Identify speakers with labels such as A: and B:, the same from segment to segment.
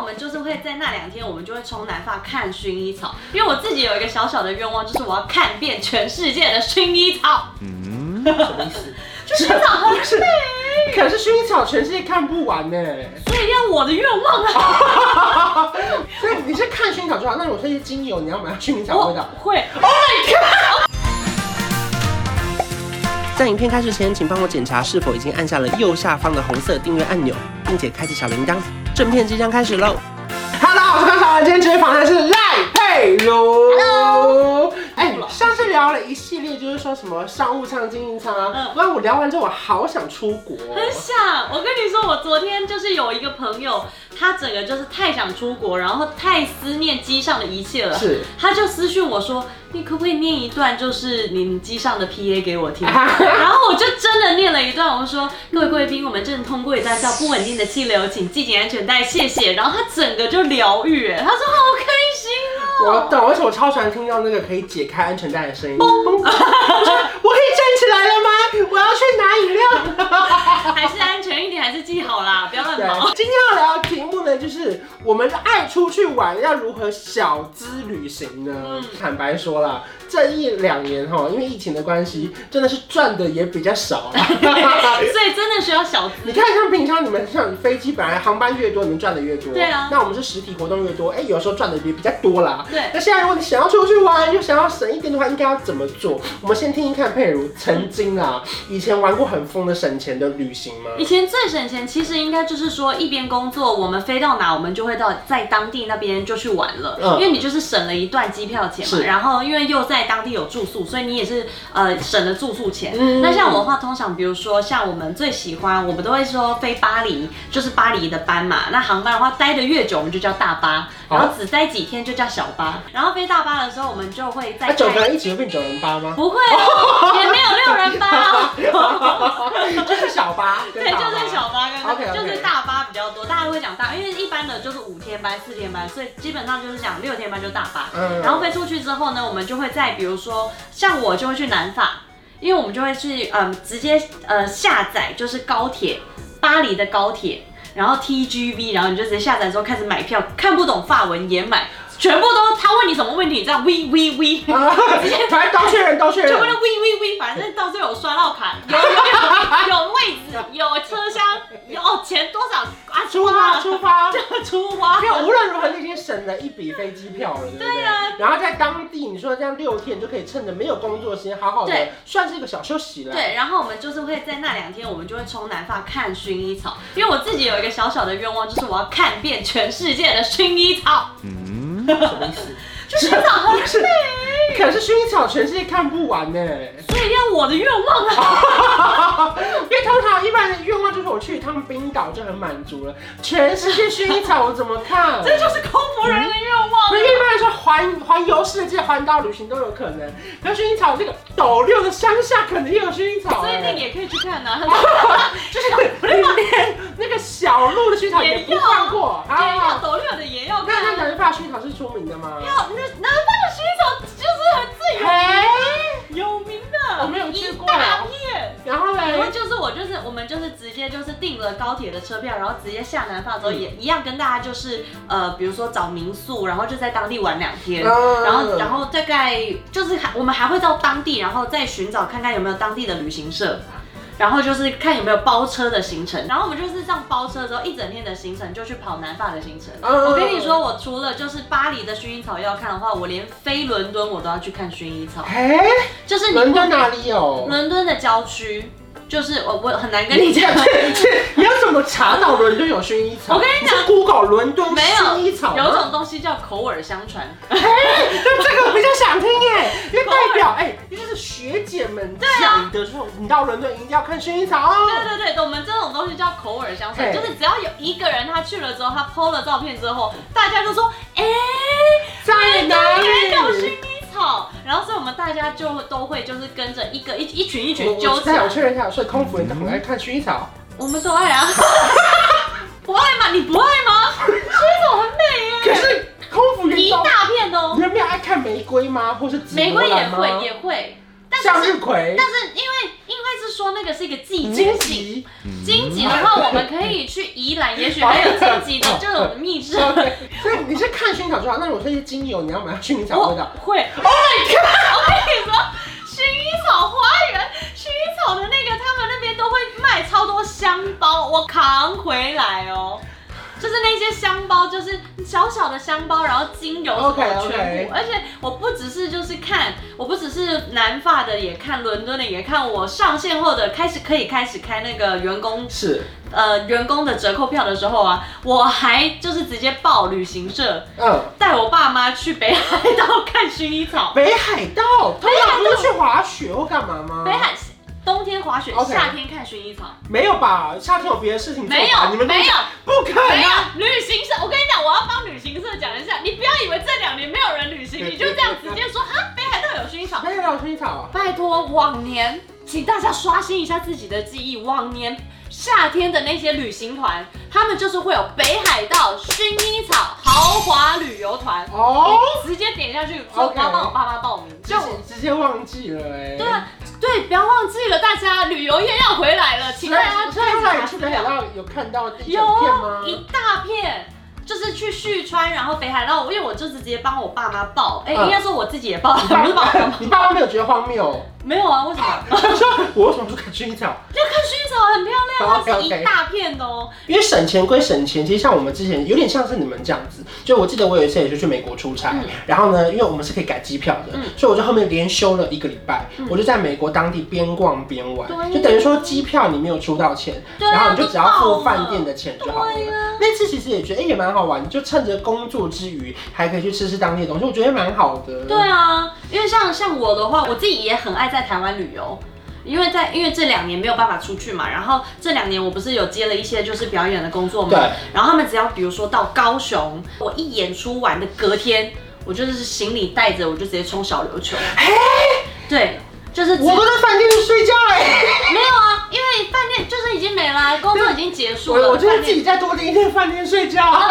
A: 们就是会在那两天，我们就会冲南发看薰衣草，因为我自己有一个小小的愿望，就是我要看遍全世界的薰衣草。
B: 什么意思？
A: 薰衣草很美，
B: 可是薰衣草全世界看不 完呢，
A: 所以要我的愿望啊！
B: 所以你是看薰衣草就好。那如果是一些精油，你要买到薰衣草的
A: 我
B: 味道。
A: 会，
B: 在影片开始前，请帮我检查是否已经按下了右下方的红色订阅按钮，并且开启小铃铛。正片即将开始喽！Hello，我是关晓雯，今天直接访谈的是赖佩如。Hello，哎，上次聊了一系列，就是说什么商务舱、经营舱啊
A: 嗯。
B: 那我聊完之后，我好想出国。
A: 很想。我跟你说，我昨天就是有一个朋友，他整个就是太想出国，然后太思念机上的一切了，
B: 是，
A: 他就私讯我说：“你可不可以念一段，就是你们机上的 PA 给我听？”然后我就真的念了一段，我就说：“各位贵宾，我们正通过一段叫不稳定的气流，请系紧安全带，谢谢。”然后他整个就疗愈，哎，他说好开心哦。
B: 我懂，而且我超喜欢听到那个可以解开安全带的声音。 我可以站起来了吗？我要去拿饮料。
A: 还是安全一点，还是系好啦，不要乱跑。
B: 对，今天要聊的题目呢，就是我们爱出去玩要如何小资旅行呢？
A: 嗯
B: 坦白说啦，这一两年哈，因为疫情的关系，真的是赚的也比较少啊 啦。
A: 所以真的需要小资
B: 你看，像平常你们像飞机，本来航班越多，你们赚的越多。
A: 对啊
B: 那我们是实体活动越多，哎、有时候赚的也比较多啦。
A: 对
B: 那现在如果你想要出去玩，又想要省一点的话，应该要怎么做？我们先听一看佩如曾经啊，以前玩过很疯的省钱的旅行吗？
A: 以前最省钱，其实应该就是说，一边工作，我们飞到哪，我们就会到在当地那边就去玩了，
B: 嗯
A: 因为你就是省了一段机票钱嘛
B: 是，
A: 然后因为又在当地有住宿，所以你也是呃省了住宿钱。
B: 嗯
A: 那像我的话，通常比如说像我们最喜欢，我们都会说飞巴黎，就是巴黎的班嘛。那航班的话，待的越久，我们就叫大巴，
B: 哦
A: 然后只待几天就叫小巴。然后飞大巴的时候，我们就会在
B: 那啊九个人一起会变九人八吗？
A: 不会哦，也没有六人巴 哦。
B: 就是小八，
A: 对，
B: 跟
A: 就
B: 大八
A: 是小巴跟
B: OK，OK
A: 就是大巴比较多，大家会讲大，因为一般的就是五天班、四天班，所以基本上就是讲六天班就大巴。
B: 嗯
A: 然后飞出去之后呢，我们就会在比如说像我就会去南法，因为我们就会去嗯直接呃下载就是高铁巴黎的高铁，然后 TGV，然后你就直接下载之后开始买票，看不懂法文也买，全部都他问你什么问题，你这样 v v v。
B: 啊， 反正都确认，都确
A: 全部
B: 认
A: 都。喂喂喂，反正到最后有刷到 卡，有有有有位置，有车厢，有哦钱多少啊？
B: 出发，出发！
A: 就出发
B: 因。为无论如何，你已经省了一笔飞机票了，对不对？
A: 对啊
B: 然后在当地，你说这样六天，你就可以趁着没有工作时间，好好的
A: 对
B: 算是一个小休息了。，
A: 对，然后我们就是会在那两天，我们就会冲南发看薰衣草，因为我自己有一个小小的愿望，就是我要看遍全世界的薰衣草。
B: 什么意思？
A: 就薰衣草很美，
B: 是， 可是薰衣草全世界看不完呢。
A: 所以要我的愿望 啊。
B: 因为通常一般人的愿望就是我去一趟冰岛就很满足了，全世界薰衣草我怎么看？
A: 这就是空服人的愿望啊
B: 不是，一般人说环环游世界、环岛旅行都有可能，可是薰衣草这个斗六的乡下可能也有薰衣草、
A: 所以
B: 哎
A: 你也可以去看啊 呐、
B: 就是里面那个小路的薰衣草也不放过
A: 也哎要
B: 啊。
A: 抖六的也要
B: 那那
A: 看。
B: 南法薰衣草是出名的吗？
A: 要那南方的薰衣草就是很自由。
B: 哎，
A: 有名的，
B: 我没有去过
A: 一大片。
B: 然后
A: 然后
B: 嘞，
A: 就是我就是我们就是直接就是订了高铁的车票，然后直接下南法之后也一样跟大家就是呃，比如说找民宿，然后就在当地玩两天，
B: 嗯
A: 然后然后大概就是还我们还会到当地，然后再寻找看看有没有当地的旅行社。然后就是看有没有包车的行程，然后我们就是这样包车之后，一整天的行程就去跑南法的行程。
B: 嗯
A: 我跟你说，我除了就是巴黎的薰衣草要看的话，我连飞伦敦我都要去看薰衣草。
B: 哎，
A: 就是你
B: 伦
A: 不
B: 敦哪里有？
A: 伦敦的郊区，就是我我很难跟你讲，
B: 你要怎么查到伦敦有薰衣草？
A: 我跟你讲
B: 是，Google 伦敦
A: 没
B: 薰
A: 有
B: 衣草吗，
A: 有种东西叫口耳相传，
B: 那这个我比较想听耶，因为代表哎，就是学姐们讲的时候，你到伦敦一定要看薰衣草
A: 对
B: 哦。
A: 对对，我们这种东西叫口耳相传，
B: 对
A: 就是只要有一个人他去了之后，他 PO 了照片之后，大家就说，哎、
B: 在哪
A: 原来有薰
B: 里？
A: 衣草，然后所以我们大家就都会就是跟着一个一一群一
B: 我
A: 群
B: 我
A: 揪起来
B: 我，确认一下，所以空服人都很爱看薰衣草。
A: 我们都爱啊，不爱吗？你不爱吗？薰衣草很美
B: 可
A: 耶，
B: 是空服员
A: 一
B: 都，
A: 大片哦
B: 你，们没有爱看玫瑰吗？或是紫
A: 玫瑰
B: 罗
A: 也
B: 兰吗
A: 会也会，但
B: 向
A: 是
B: 日葵
A: 但是因为因为是说那个是一个季节性。
B: 荆棘，
A: 荆棘的话，我们可以去宜兰，也许还有荆棘的这种秘制。
B: 哦所以你是看薰衣草就好。那我推荐精油，你要买薰衣草
A: 我
B: 味道。
A: 会。Oh my god！我 跟你说，薰衣草花园，薰衣草的那个，他们那边都会卖超多香包，我扛回来哦。就是那些香包，就是小小的香包，然后精油什么
B: OK，OK
A: 全部而且我不只是就是看，我不只是南法的也看，伦敦的也看，我上线后的开始可以开始开那个员工
B: 是，
A: 呃员工的折扣票的时候啊，我还就是直接报旅行社，
B: 嗯，
A: 带我爸妈去北海道看薰衣草。
B: 北海道通常不是去滑雪或干嘛吗？
A: 北海冬天滑雪
B: OK
A: 夏天看薰衣草。
B: 没有吧？夏天有别的事情做吧啊
A: 没有，
B: 你们都
A: 没有，
B: 不可能
A: 没有
B: 啊。。
A: 旅行社，我跟你讲，我要帮旅行社讲一下，你不要以为这两年没有人旅行，
B: 对
A: 你就这样直接说啊，北海道有薰衣草。
B: 北海道有薰衣草啊？
A: 拜托，往年，请大家刷新一下自己的记忆，往年夏天的那些旅行团，他们就是会有北海道薰衣草豪华旅游团。哎
B: 哦，
A: 直接点下去，说
B: OK
A: 我要帮我爸妈报名，
B: 就直接忘记了哎。
A: 对啊，对，不要忘记了，大家旅游业要回来了，请
B: 所以
A: 大家
B: 所以后来你啊去
A: 去
B: 北海道有看到一整
A: 有
B: 片吗？
A: 一大片。就是去旭川，然后北海道，因为我就直接帮我爸妈报，哎、
B: 嗯
A: 应该说我自己也报，
B: 你
A: 不
B: 爸
A: 是帮我 爸妈
B: 妈，你爸妈没有觉得荒谬？
A: 没有啊，为什 么？
B: 他说我为什么不看薰衣草？
A: 要看薰衣草很漂亮，它是
B: 哦 OK，OK
A: 一大片的哦。
B: 因为省钱归省钱，其实像我们之前有点像是你们这样子，就我记得我有一次也是去美国出差，
A: 嗯
B: 然后呢，因为我们是可以改机票的，
A: 嗯
B: 所以我就后面连休了一个礼拜，
A: 嗯
B: 我就在美国当地边逛边玩，
A: 对呀
B: 就等于说机票你没有出到钱，
A: 对啊
B: 然后你就只要付饭店
A: 都
B: 的钱就好了。
A: 对呀
B: 那次其实也觉得哎、也蛮好玩，你就趁着工作之余还可以去吃吃当地的东西，我觉得蛮好的。
A: 对啊，因为像像我的话，我自己也很爱在台湾旅游。因为在因为这两年没有办法出去嘛，然后这两年我不是有接了一些就是表演的工作嘛，
B: 对
A: 然后他们只要比如说到高雄，我一演出完的隔天，我就是行李带着，我就直接冲小琉球。对，就是直
B: 哎我都在饭店睡觉哎、
A: 没有啊，因为饭店就是已经没啦，工作已经结束了。
B: 我我就是
A: 饭
B: 自
A: 店
B: 己再多订一天饭店 睡觉啊。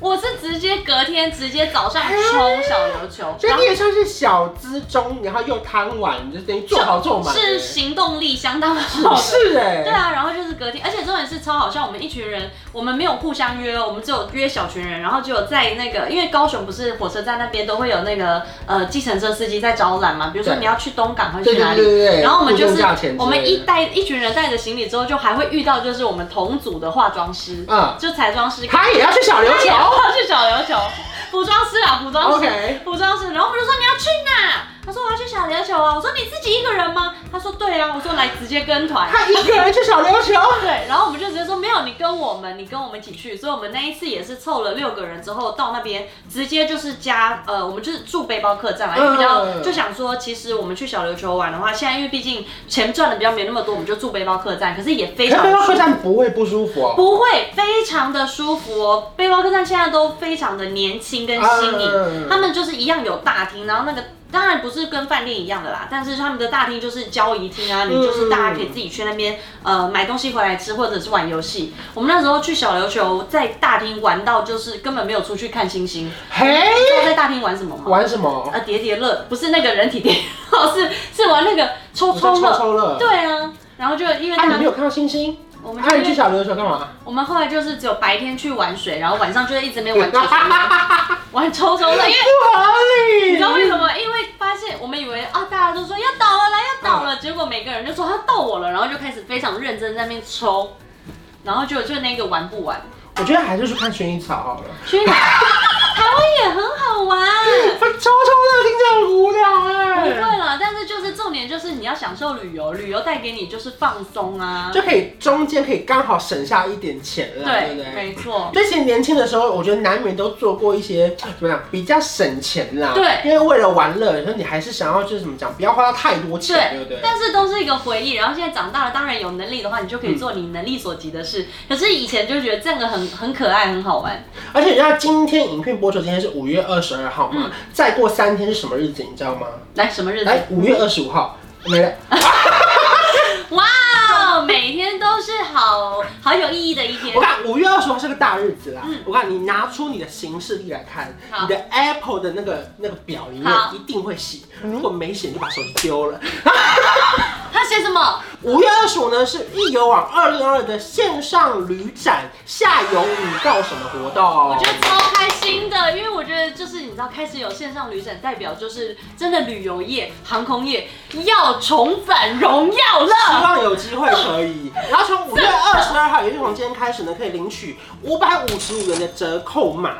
A: 我是直接隔天直接早上冲小琉球，
B: 所以你也算是小资中，然后又贪玩，就等于做好做满。
A: 是行动力相当好的。
B: 是哎、
A: 对啊，然后就是隔天，而且重点是超好笑，我们一群人，我们没有互相约哦，我们只有约小群人，然后只有在那个，因为高雄不是火车站那边都会有那个呃计程车司机在招揽嘛，比如说
B: 对
A: 你要去东港或者
B: 对
A: 去哪
B: 对
A: 里
B: 对。对对。
A: 然后我们就
B: 互
A: 是
B: 动价钱之类的
A: 我们一带一群人带着行李之后，就还会遇到就是我们同组的化妆师，
B: 嗯
A: 就彩妆师，
B: 他也要去小琉
A: 他也
B: 球。
A: 要去小琉球，服装师啊，服装师
B: OK
A: 服装师。然后我们就说你要去哪？他说我要去小琉球啊。我说你自己一个人吗？他说对啊。我说来直接跟团。
B: 他一个人去小琉球，
A: 对，然后我们就直接说没有，你跟我们，你跟我们一起去。所以我们那一次也是凑了六个人之后到那边，直接就是加呃，我们就是住背包客栈啦，因为比较
B: 嗯
A: 就想说，其实我们去小琉球玩的话，现在因为毕竟钱赚的比较没那么多，我们就住背包客栈，可是也非
B: 可是
A: 常
B: 背包
A: 舒
B: 客
A: 服
B: 栈不会不舒服哦。
A: 不会，非常的舒服哦。背包客栈现在都非常的年轻跟新颖，
B: 嗯
A: 他们就是一样有大厅，然后那个当然不是跟饭店一样的啦，但是他们的大厅就是交易厅啊，你
B: 嗯
A: 就是大家可以自己去那边呃买东西回来吃，或者是玩游戏。我们那时候去小琉球，在大厅玩到就是根本没有出去看星星，
B: 嘿，
A: 你知道在大厅玩什么吗？
B: 玩什么？
A: 呃，叠叠乐不是那个人体叠， 哦，是是玩那个抽
B: 我在
A: 抽
B: 抽
A: 乐，
B: 抽乐。
A: 对啊，然后就因为
B: 啊，
A: 大
B: 你
A: 家
B: 没有看到星星？
A: 我们
B: 啊，
A: 就
B: 你
A: 因为
B: 去小琉球干嘛？
A: 我们后来就是只有白天去玩水，然后晚上就一直没有 玩抽抽乐玩抽抽乐，因为
B: 不合理。
A: 你知道为什么？因为发现我们以为啊，大家都说要倒了啦，要倒了，结果每个人就说他到我了，然后就开始非常认真在那边抽，然后就就那个玩不完，
B: 我觉得还是去看薰衣草好了。
A: 所以 台湾也很好玩。嗯
B: 抽抽乐听起来很无聊
A: 不
B: 哎
A: 会。啊了，但是就是重点就是你要享受旅游，旅游带给你就是放松啊，
B: 就可以中间可以刚好省下一点钱了，
A: 对
B: 对不，对？
A: 没错，
B: 所以其实年轻的时候，我觉得难免都做过一些怎么讲比较省钱啦。
A: 对
B: 因为为了玩乐，所以你还是想要就是怎么讲，不要花到太多钱，对不对？
A: 但是都是一个回忆。然后现在长大了，当然有能力的话，你就可以做你能力所及的事。
B: 嗯
A: 可是以前就觉得这个很很可爱，很好玩。
B: 而且你知道今天影片播出，今天是五月二十二号嘛，
A: 嗯
B: 再过三天是什么日子，你知道吗？
A: 来，什么日子？
B: 来，五月二十五号。没了，
A: 嗯哇哦，每天都是好好有意义的一天
B: 我。看五月二十五号是个大日子啦。
A: 嗯
B: 我看你拿出你的行事历来看，
A: 好
B: 你的 Apple 的那个那个表里面
A: 好
B: 一定会写，如果没写你就把手机丢了。
A: 他写什么？
B: 五月二十五呢是易游网二零二的线上旅展下游五到什么活动？
A: 我觉得超开心的，因为我觉得就是你知道，开始有线上旅展，代表就是真的旅游业、航空业要重返荣耀
B: 希
A: 了。
B: 望有机会可以。然后从五月二十二号，也就是从今天开始呢，可以领取五百五十五元的折扣码。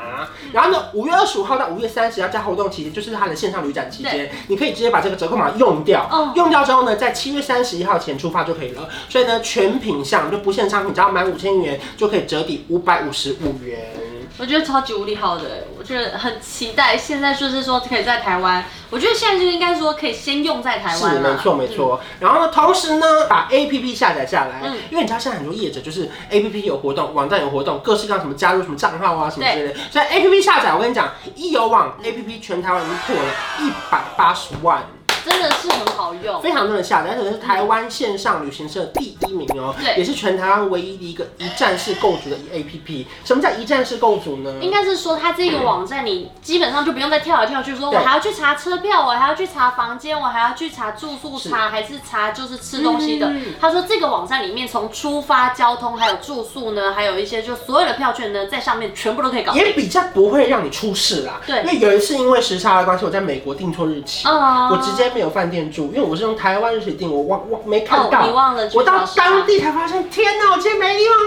B: 然后呢，五月二十五号到五月三十号在活动期间，就是它的线上旅展期间
A: 对，
B: 你可以直接把这个折扣码用掉
A: 嗯。
B: 用掉之后呢，在七月三十一号前出发就可以了。所以呢，全品项就不限商品，只要满五千元就可以折抵五百五十五元。
A: 我觉得超级无敌好的，我觉得很期待。现在就是说可以在台湾，我觉得现在就应该说可以先用在台湾
B: 是，
A: 了。
B: 没错没错。然后呢，同时呢，把 A P P 下载下来，
A: 嗯
B: 因为你知道现在很多业者就是 A P P 有活动，网站有活动，各式各样什么加入什么账号啊什么之类的。所以 A P P 下载，我跟你讲，易游网 A P P 全台湾已经破了一百八十万。
A: 真的是很好用。
B: 非常多人下载，而且是台湾线上旅行社第一名哦、
A: 对
B: 也是全台湾唯一的一个一站式购足的 A P P。什么叫一站式购足呢？
A: 应该是说，它这个网站你基本上就不用再跳来跳去，说我
B: 对
A: 还要去查车票，我还要去查房间，我还要去查住宿
B: 是
A: 查还是查就是吃东西的
B: 嗯。
A: 他说这个网站里面从出发、交通还有住宿呢，还有一些就所有的票券呢，在上面全部都可以搞定。
B: 也比较不会让你出事啦。
A: 对
B: 因为有一次因为时差的关系，我在美国订错日期，
A: 啊
B: 我直接没有饭店住，因为我是用台湾日期订，我忘忘没看到。
A: 哦，你忘了去
B: 我到
A: 查时
B: 当
A: 差。
B: 地才发现，天哪，我今天没地方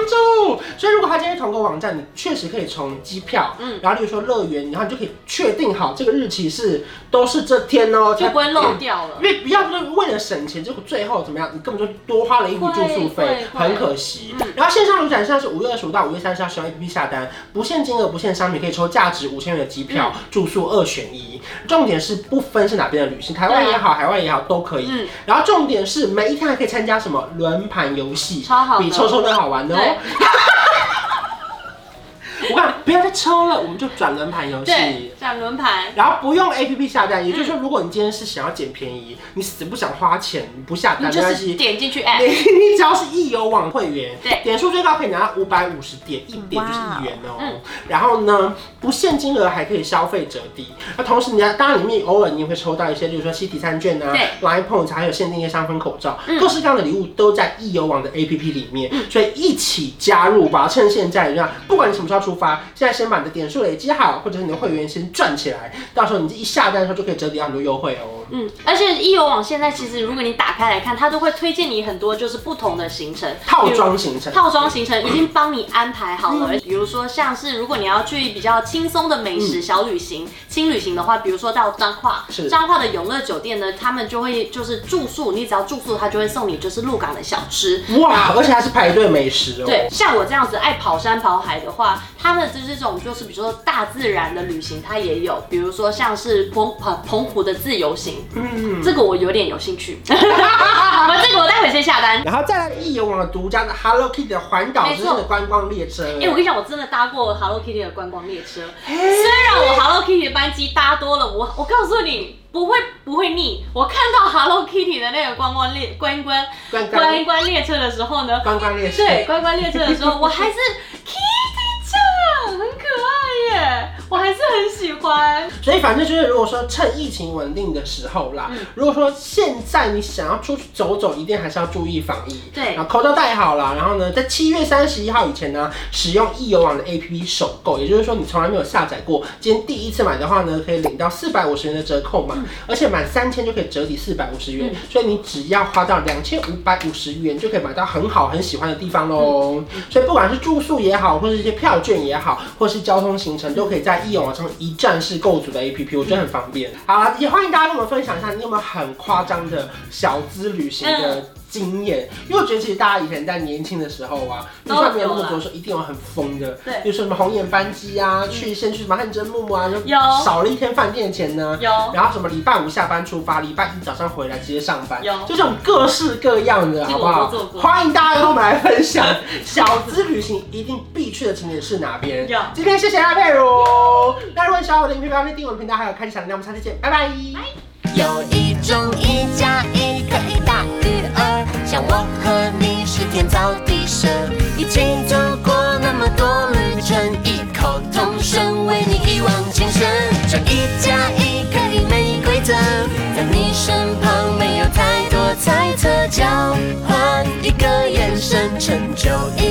B: 住。所以如果他今天同个网站，你确实可以从机票，嗯
A: 嗯，
B: 然后例如说乐园，然后你就可以确定好这个日期是都是这天哦、
A: 就
B: 才
A: 不会漏掉了
B: 因。为不要为了省钱，结果最后怎么样？你根本就多花了一笔住宿费，
A: 会会嗯
B: 很可惜。然后线上旅展现在是五月二十五到五月三十号，使用 APP 下单，不限金额，不限商品，可以抽价值五千元的机票、
A: 嗯
B: 住宿二选一。重点是不分是哪边的旅行，台湾也好，海外也好都可以。
A: 啊嗯
B: 然后重点是每一天还可以参加什么轮盘游戏，
A: 超好的
B: 比抽抽乐好玩哦。
A: 对，
B: 我看不要再抽了，我们就转轮盘游戏
A: 对。，转轮盘。
B: 然后不用 A P P 下单，也就是说，如果你今天是想要捡便宜，你死不想花钱，你不下单
A: 你嗯
B: 没
A: 就
B: 关
A: 是
B: 系，
A: 点进去 app，
B: 你 你只要是易游网会员，
A: 对
B: 点数最高可以拿到五百五十点，一点就是一元哦、
A: 嗯
B: 然后呢，不限金额还可以消费折抵。那同时你要，当然里面偶尔你也会抽到一些，例如说西体餐券啊
A: 对、嗯
B: Line Points，还有限定一些商分口罩，各式各样的礼物都在易游网的 APP 里面，所以一起加入吧，趁现在一样，不管你什么时候出发，现在先把你的点数累积好，或者是你的会员先赚起来，到时候你一下单的时候就可以折抵到很多优惠哦、
A: 嗯，而且易游网现在其实如果你打开来看，它都会推荐你很多就是不同的行程
B: 套
A: 比如
B: 装行程。
A: 套装行程已经帮你安排好了，比如说像是如果你要去比较轻松的美食小旅行、轻旅行的话，比如说到彰化
B: 是，
A: 彰化的永乐酒店呢，他们就会就是住宿，你只要住宿，他就会送你就是鹿港的小吃。
B: 哇，而且还是排队美食哦、
A: 对，像我这样子爱跑山跑海的话，他们的这种就是比如说大自然的旅行，它也有，比如说像是澎澎澎湖的自由行，嗯，这个我有点有兴趣， 我这个我待会先下单。
B: 然后再来易游网的独家的 Hello Kitty 的环岛之日的观光列车。
A: 哎、我跟你讲，我真的搭过 Hello Kitty 的观光列车，虽然我 Hello Kitty 的班机搭多了，我我告诉你不会不会腻。我看到 Hello Kitty 的那个观光列观光
B: 观光
A: 观光列车的时候呢，
B: 观光列车，
A: 对观光列车的时候，我还是 Kitty 酱，很可爱耶，我还是很喜欢。
B: 所以反正就是，如果说趁疫情稳定的时候啦，
A: 嗯
B: 如果说现在你想要出去走走，一定还是要注意防疫。
A: 对
B: 然后口罩戴好了，然后呢，在七月三十一号以前呢，使用易游网的 APP 首购，也就是说你从来没有下载过，今天第一次买的话呢，可以领到四百五十元的折扣嘛，而且满三千就可以折抵四百五十元，所以你只要花到两千五百五十元就可以买到很好很喜欢的地方喽。所以不管是住宿也好，或是一些票券也好，或是交通行程，都可以在易游网上一站式购组的 APP，我觉得很方便。好啦，也欢迎大家跟我们分享一下，你有没有很夸张的小资旅行的
A: 嗯
B: 经验？因为我觉得其实大家以前在年轻的时候啊，就
A: 都有
B: 算没有那么多的时候，一定有很疯的，
A: 对
B: 比如说什么红眼班机啊，去先去什么汗蒸木啊，就
A: 有
B: 少了一天饭店的钱呢。
A: 有，
B: 然后什么礼拜五下班出发，礼拜一早上回来直接上班，
A: 有
B: 就这种各式各样的，
A: 这
B: 好
A: 个
B: 不
A: 我
B: 好
A: 都做？过
B: 欢迎大家跟我们来分享小资旅行一定必去的景点是哪边
A: 有。
B: 今天谢谢赖佩如，那如果你喜欢我的影片，不要忘记订阅我的频道，还有开启小铃铛，我们下次见，拜拜。
C: 有一种一加一可以大于二，像我和你是天造地设，一起走过那么多旅程，异口同声为你一往情深。这一加一可以没规则，在你身旁没有太多猜测，交换成就一。